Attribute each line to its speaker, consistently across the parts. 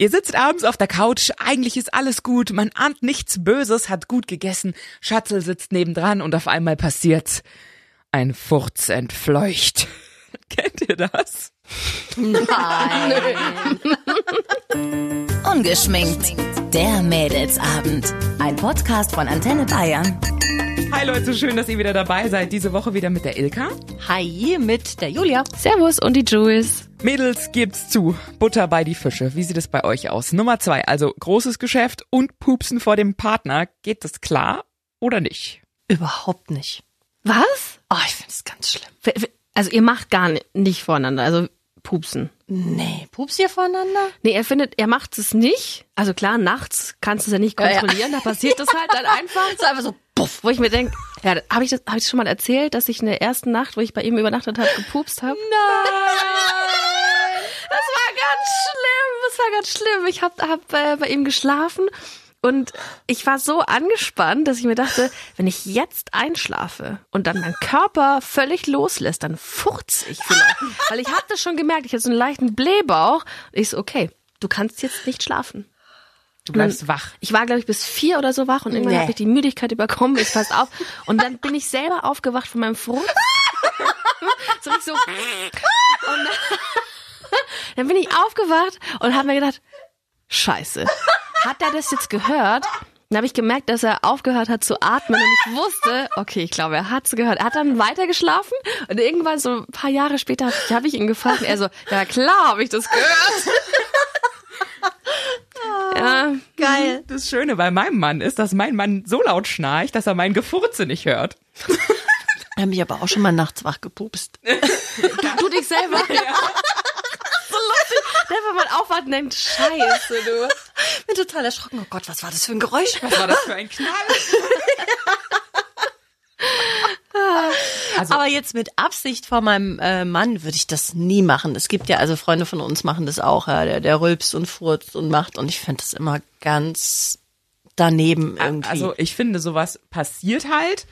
Speaker 1: Ihr sitzt abends auf der Couch, eigentlich ist alles gut, man ahnt nichts Böses, hat gut gegessen, Schatzel sitzt nebendran und auf einmal passiert's. Ein Furz entfleucht. Kennt ihr das?
Speaker 2: Nein.
Speaker 3: Ungeschminkt. Der Mädelsabend. Ein Podcast von Antenne Bayern.
Speaker 1: Hi Leute, schön, dass ihr wieder dabei seid. Diese Woche wieder mit der Ilka.
Speaker 2: Hi mit der Julia.
Speaker 4: Servus und die Jules.
Speaker 1: Mädels, gebt's zu. Butter bei die Fische. Wie sieht es bei euch aus? Nummer zwei, also großes Geschäft und Pupsen vor dem Partner. Geht das klar oder nicht?
Speaker 2: Überhaupt nicht.
Speaker 4: Was?
Speaker 2: Ah, ich finde es ganz schlimm.
Speaker 4: W- w- Also ihr macht gar ni- nicht voreinander, also pupsen.
Speaker 2: Nee, pups hier voreinander?
Speaker 4: Nee, er findet, er macht es nicht. Also klar, nachts kannst du es ja nicht
Speaker 2: ja.
Speaker 4: kontrollieren, da passiert das halt dann einfach.
Speaker 2: So einfach so, puff.
Speaker 4: Wo ich mir denke, ja, habe ich das hab ich das schon mal erzählt, dass ich in der ersten Nacht, wo ich bei ihm übernachtet habe, gepupst habe? Das war ganz schlimm. Das war ganz schlimm. Ich hab, hab äh, bei ihm geschlafen und ich war so angespannt, dass ich mir dachte, wenn ich jetzt einschlafe und dann meinen Körper völlig loslässt, dann furz ich vielleicht. Weil ich hab das schon gemerkt. Ich hatte so einen leichten Blähbauch. Ich so, okay, du kannst jetzt nicht schlafen.
Speaker 1: Du bleibst wach.
Speaker 4: Ich war, glaube ich, bis vier oder so wach und irgendwann
Speaker 2: Nee.
Speaker 4: habe ich die Müdigkeit überkommen, ich fast auf. Und dann bin ich selber aufgewacht von meinem Frust. so richtig so. Und dann, dann bin ich aufgewacht und habe mir gedacht, scheiße, hat er das jetzt gehört? Dann habe ich gemerkt, dass er aufgehört hat zu atmen und ich wusste, okay, ich glaube, er hat es gehört. Er hat dann weitergeschlafen und irgendwann so ein paar Jahre später habe ich, hab ich ihn gefragt und er so, ja klar, habe ich das gehört. ja,
Speaker 2: Geil.
Speaker 1: Das Schöne bei meinem Mann ist, dass mein Mann so laut schnarcht, dass er meinen Gefurze nicht hört.
Speaker 2: Ich habe mich aber auch schon mal nachts wach gepupst.
Speaker 4: Du dich selber. Ja. so lustig. Selber mal aufwacht und denkt, scheiße, du.
Speaker 2: Bin total erschrocken. Oh Gott, was war das für ein Geräusch?
Speaker 1: Was war das für ein Knall?
Speaker 2: Aber jetzt mit Absicht vor meinem äh, Mann würde ich das nie machen. Es gibt ja, also Freunde von uns machen das auch, ja, der, der rülpst und furzt und macht. Und ich finde das immer ganz daneben irgendwie.
Speaker 1: Also ich finde, sowas passiert halt.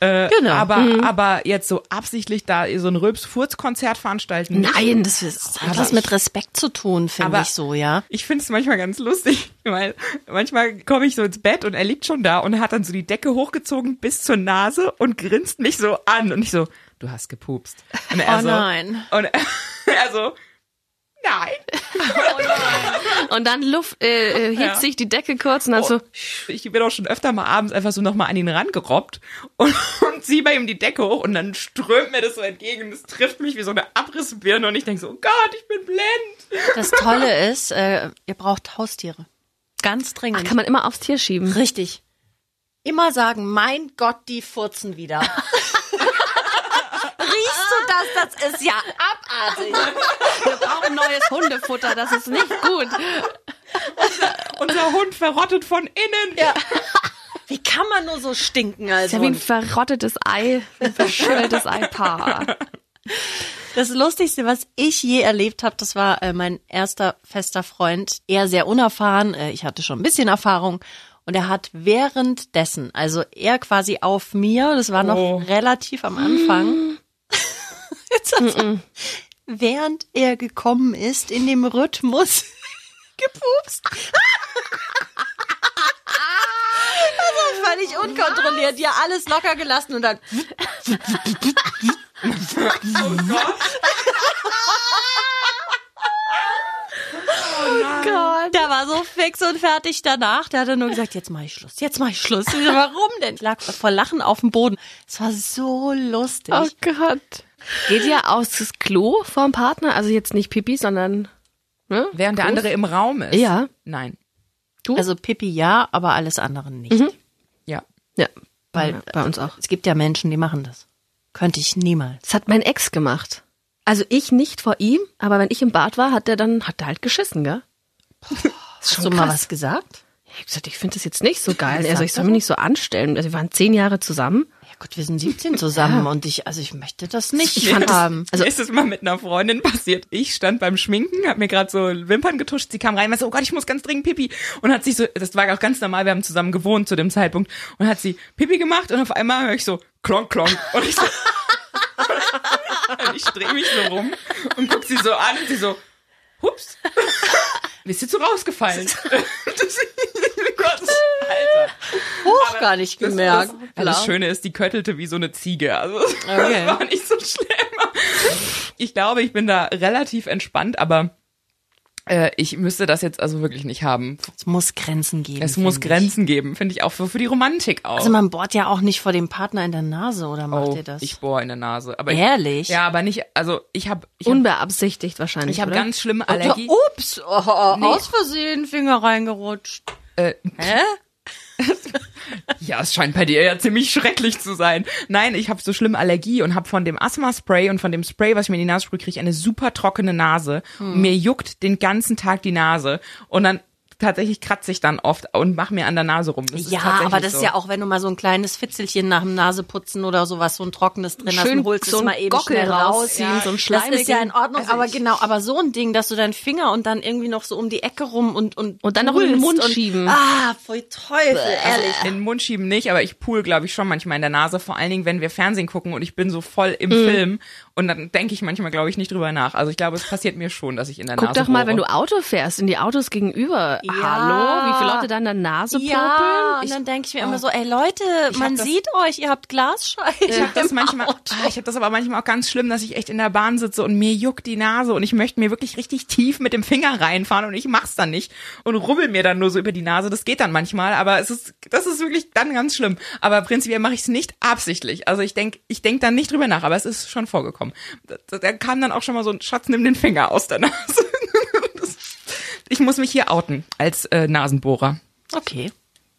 Speaker 1: Äh,
Speaker 2: Genau.
Speaker 1: Aber, aber jetzt so absichtlich da so ein Rülps-Furz-Konzert veranstalten. nicht.
Speaker 4: Nein, das ist
Speaker 2: hat was mit Respekt zu tun, finde
Speaker 1: Aber-
Speaker 2: ich so, ja.
Speaker 1: Ich finde es manchmal ganz lustig, weil manchmal komme ich so ins Bett und er liegt schon da und hat dann so die Decke hochgezogen bis zur Nase und grinst mich so an. Und ich so, du hast gepupst. Und er
Speaker 2: Oh
Speaker 1: so,
Speaker 2: nein.
Speaker 1: Und er, er so, nein.
Speaker 4: Und dann Luft, äh, äh, hebt
Speaker 1: Ja.
Speaker 4: sich die Decke kurz und dann so,
Speaker 1: Ich bin auch schon öfter mal abends einfach so nochmal an ihn rangerobbt und, und zieh bei ihm die Decke hoch und dann strömt mir das so entgegen und es trifft mich wie so eine Abrissbirne und ich denk so, oh Gott, ich bin blind.
Speaker 2: Das Tolle ist, äh, ihr braucht Haustiere. Ganz dringend.
Speaker 4: kann man immer aufs Tier schieben.
Speaker 2: Richtig. Immer sagen, mein Gott, die furzen wieder. Riechst du das? Das ist ja abartig.
Speaker 4: Wir brauchen neues Hundefutter, das ist nicht gut.
Speaker 1: Unser Hund verrottet von innen.
Speaker 2: Wie kann man nur so stinken also?
Speaker 4: Ist
Speaker 2: als
Speaker 4: ja wie ein
Speaker 2: Hund?
Speaker 4: verrottetes Ei, ein verschimmeltes Eipaar.
Speaker 2: Das Lustigste, was ich je erlebt habe, das war äh, mein erster fester Freund. Er sehr unerfahren, äh, ich hatte schon ein bisschen Erfahrung. Und er hat währenddessen, also er quasi auf mir, das war noch
Speaker 1: Oh.
Speaker 2: relativ am Anfang, Jetzt hat's- während er gekommen ist, in dem Rhythmus gepupst. also völlig unkontrolliert, ja alles locker gelassen und dann
Speaker 1: Oh Gott.
Speaker 4: Oh Gott.
Speaker 2: Der war so fix und fertig danach. Der hatte nur gesagt, jetzt mache ich Schluss, jetzt mache ich Schluss. Ich so, Warum denn? Ich lag vor Lachen auf dem Boden. Es war so lustig.
Speaker 4: Oh Gott. Geht ihr aufs Klo vom Partner? Also jetzt nicht Pipi, sondern, ne?
Speaker 1: Während der andere im Raum ist.
Speaker 4: Ja.
Speaker 1: Nein.
Speaker 2: Also Pippi ja, aber alles andere nicht.
Speaker 4: Mhm.
Speaker 1: Ja.
Speaker 4: Ja.
Speaker 2: Weil
Speaker 4: ja, bei uns auch.
Speaker 2: Es gibt ja Menschen, die machen das. Könnte ich niemals.
Speaker 4: Das hat mein Ex gemacht. Also ich nicht vor ihm, aber wenn ich im Bad war, hat er dann, hat er halt geschissen, gell? Ist
Speaker 2: Hast du mal was gesagt?
Speaker 4: Ich hab gesagt, ich finde das jetzt nicht so geil. Also ich soll mich nicht so anstellen. Also wir waren zehn Jahre zusammen.
Speaker 2: Ja gut, wir sind 17 zusammen und ich, also ich möchte das nicht
Speaker 4: Ich fand das-
Speaker 2: haben.
Speaker 4: Also-
Speaker 1: Also ist es mal mit einer Freundin passiert. Ich stand beim Schminken, hab mir gerade so Wimpern getuscht. Sie kam rein, war so, oh Gott, ich muss ganz dringend Pipi. Und hat sich so, das war auch ganz normal, wir haben zusammen gewohnt zu dem Zeitpunkt. Und hat sie Pipi gemacht und auf einmal höre ich so klonk klonk. Und ich so, und ich drehe mich so rum und guck sie so an und sie so, hups. Bist du zu rausgefallen? das, oh Gott, Alter.
Speaker 2: Hoch gar nicht gemerkt.
Speaker 1: Also das Schöne ist, die köttelte wie so eine Ziege. Also
Speaker 2: Okay.
Speaker 1: das war nicht so schlimm. Ich glaube, ich bin da relativ entspannt, aber äh, ich müsste das jetzt also wirklich nicht haben.
Speaker 2: es muss Grenzen geben.
Speaker 1: Es muss
Speaker 2: finde ich.
Speaker 1: Grenzen geben, finde ich auch für, für die Romantik auch.
Speaker 2: Also man bohrt ja auch nicht vor dem Partner in der Nase, oder macht
Speaker 1: oh,
Speaker 2: ihr das?
Speaker 1: ich bohr in der Nase. Aber
Speaker 2: Ehrlich?
Speaker 1: Ich, ja, aber nicht, also ich habe ich hab,
Speaker 4: Unbeabsichtigt wahrscheinlich.
Speaker 1: ich hab
Speaker 4: oder?
Speaker 1: ganz schlimme
Speaker 2: Oder,
Speaker 1: Allergie.
Speaker 2: ups, oh, oh, aus Versehen Finger reingerutscht.
Speaker 1: Äh,
Speaker 2: Hä?
Speaker 1: Ja, es scheint bei dir ja ziemlich schrecklich zu sein. Nein, ich habe so schlimm Allergie und habe von dem Asthma-Spray und von dem Spray, was ich mir in die Nase sprühe, kriege ich eine super trockene Nase. Und
Speaker 2: Hm.
Speaker 1: mir juckt den ganzen Tag die Nase. Und dann tatsächlich kratze ich dann oft und mache mir an der Nase rum. Das ist
Speaker 2: Ja,
Speaker 1: tatsächlich
Speaker 2: aber das
Speaker 1: so.
Speaker 2: ist ja auch, wenn du mal so ein kleines Fitzelchen nach dem Naseputzen oder sowas, so ein trockenes drin hast,
Speaker 4: Schön
Speaker 2: und holst
Speaker 4: so
Speaker 2: es
Speaker 4: ein
Speaker 2: mal eben
Speaker 4: Gockel
Speaker 2: schnell raus.
Speaker 4: rausziehen, so ein
Speaker 2: das ist ja
Speaker 4: schleimigen.
Speaker 2: in Ordnung,
Speaker 4: Also
Speaker 2: aber
Speaker 4: ich-
Speaker 2: genau, aber so ein Ding, dass du deinen Finger und dann irgendwie noch so um die Ecke rum und und
Speaker 4: Und dann noch in den
Speaker 2: pulst
Speaker 4: Mund
Speaker 2: und,
Speaker 4: schieben.
Speaker 2: Ah, voll Teufel, ehrlich.
Speaker 1: In den Mund schieben nicht, aber ich pool, glaube ich, schon manchmal in der Nase. Vor allen Dingen, wenn wir Fernsehen gucken und ich bin so voll im
Speaker 2: Hm.
Speaker 1: Film. Und dann denke ich manchmal, glaube ich, nicht drüber nach. Also ich glaube, es passiert mir schon, dass ich in der
Speaker 4: Guck
Speaker 1: Nase
Speaker 4: doch mal,
Speaker 1: bohre.
Speaker 4: wenn du Auto fährst, in die Autos gegenüber.
Speaker 2: Ja.
Speaker 4: Hallo, wie viele Leute da in der Nase
Speaker 2: Ja,
Speaker 4: popeln?
Speaker 2: und dann denke ich Ah. mir immer so, ey Leute, man
Speaker 1: das-
Speaker 2: sieht euch, ihr habt Glasscheiben.
Speaker 1: Ich habe das
Speaker 2: im
Speaker 1: manchmal,
Speaker 2: Auto.
Speaker 1: ah, ich habe das aber manchmal auch ganz schlimm, dass ich echt in der Bahn sitze und mir juckt die Nase und ich möchte mir wirklich richtig tief mit dem Finger reinfahren und ich mach's dann nicht und rubbel mir dann nur so über die Nase. Das geht dann manchmal, aber es ist, das ist wirklich dann ganz schlimm. Aber prinzipiell mache ich es nicht absichtlich. Also ich denk, ich denk dann nicht drüber nach, aber es ist schon vorgekommen. Da, da- da kam dann auch schon mal so ein Schatz, nimm den Finger aus der Nase. Das- Ich muss mich hier outen als äh, Nasenbohrer,
Speaker 2: Okay.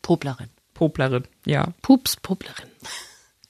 Speaker 2: Poplerin.
Speaker 1: Poplerin, ja.
Speaker 4: Pups, Puplerin.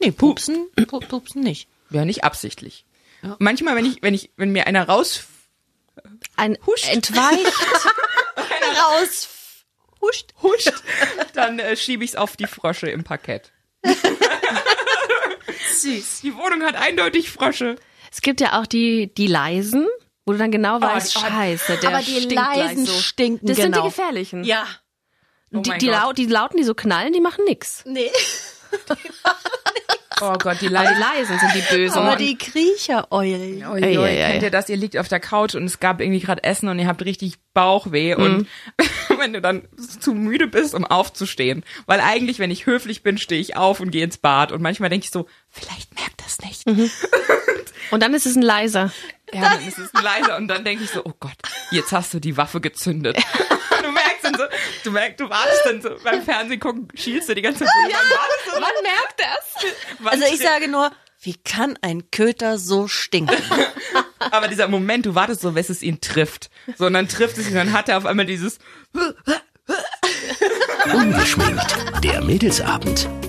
Speaker 2: Nee, pupsen, pu pupsen nicht.
Speaker 1: Ja, nicht absichtlich. Manchmal, wenn ich, wenn ich, wenn mir einer raus
Speaker 4: Ein
Speaker 1: Huscht.
Speaker 4: entweicht.
Speaker 2: Raus. Huscht.
Speaker 1: huscht, dann äh, schiebe ich es auf die Frösche im Parkett.
Speaker 2: Süß.
Speaker 1: Die Wohnung hat eindeutig Frösche.
Speaker 4: es gibt ja auch die, die Leisen, wo du dann genau weißt,
Speaker 1: oh,
Speaker 4: scheiße, der
Speaker 2: aber die
Speaker 4: stinkt gleich
Speaker 2: Leisen
Speaker 4: so.
Speaker 2: stinken,
Speaker 4: Das sind die
Speaker 2: genau.
Speaker 4: gefährlichen.
Speaker 2: Ja.
Speaker 1: Oh
Speaker 4: die,
Speaker 1: mein
Speaker 4: die,
Speaker 1: Gott.
Speaker 4: laut, die lauten, die so knallen, die machen nix.
Speaker 2: Nee.
Speaker 1: Oh Gott, die
Speaker 4: Aber die
Speaker 1: Leiden.
Speaker 4: Leisen sind die bösen.
Speaker 2: Aber die Kriechereulen.
Speaker 1: Oh, je,
Speaker 4: Ei, ei, ei.
Speaker 1: Kennt ihr das? Ihr liegt auf der Couch und es gab irgendwie gerade Essen und ihr habt richtig Bauchweh und wenn du dann zu müde bist, um aufzustehen, weil eigentlich, wenn ich höflich bin, stehe ich auf und gehe ins Bad und manchmal denke ich so, vielleicht merkt das nicht.
Speaker 4: Und dann ist es ein leiser.
Speaker 1: Ja, dann ist es leiser und dann denke ich so, oh Gott, jetzt hast du die Waffe gezündet. Du merkst dann so, du merkst, du wartest dann so beim Fernsehen gucken, schielst du die ganze Zeit. Ja,
Speaker 4: Man merkt das.
Speaker 2: Also ich sage nur, wie kann ein Köter so stinken?
Speaker 1: Aber dieser Moment, du wartest so, bis es ihn trifft. So, und dann trifft es ihn, dann hat er auf einmal dieses,
Speaker 5: Ungeschminkt. Der Mädelsabend.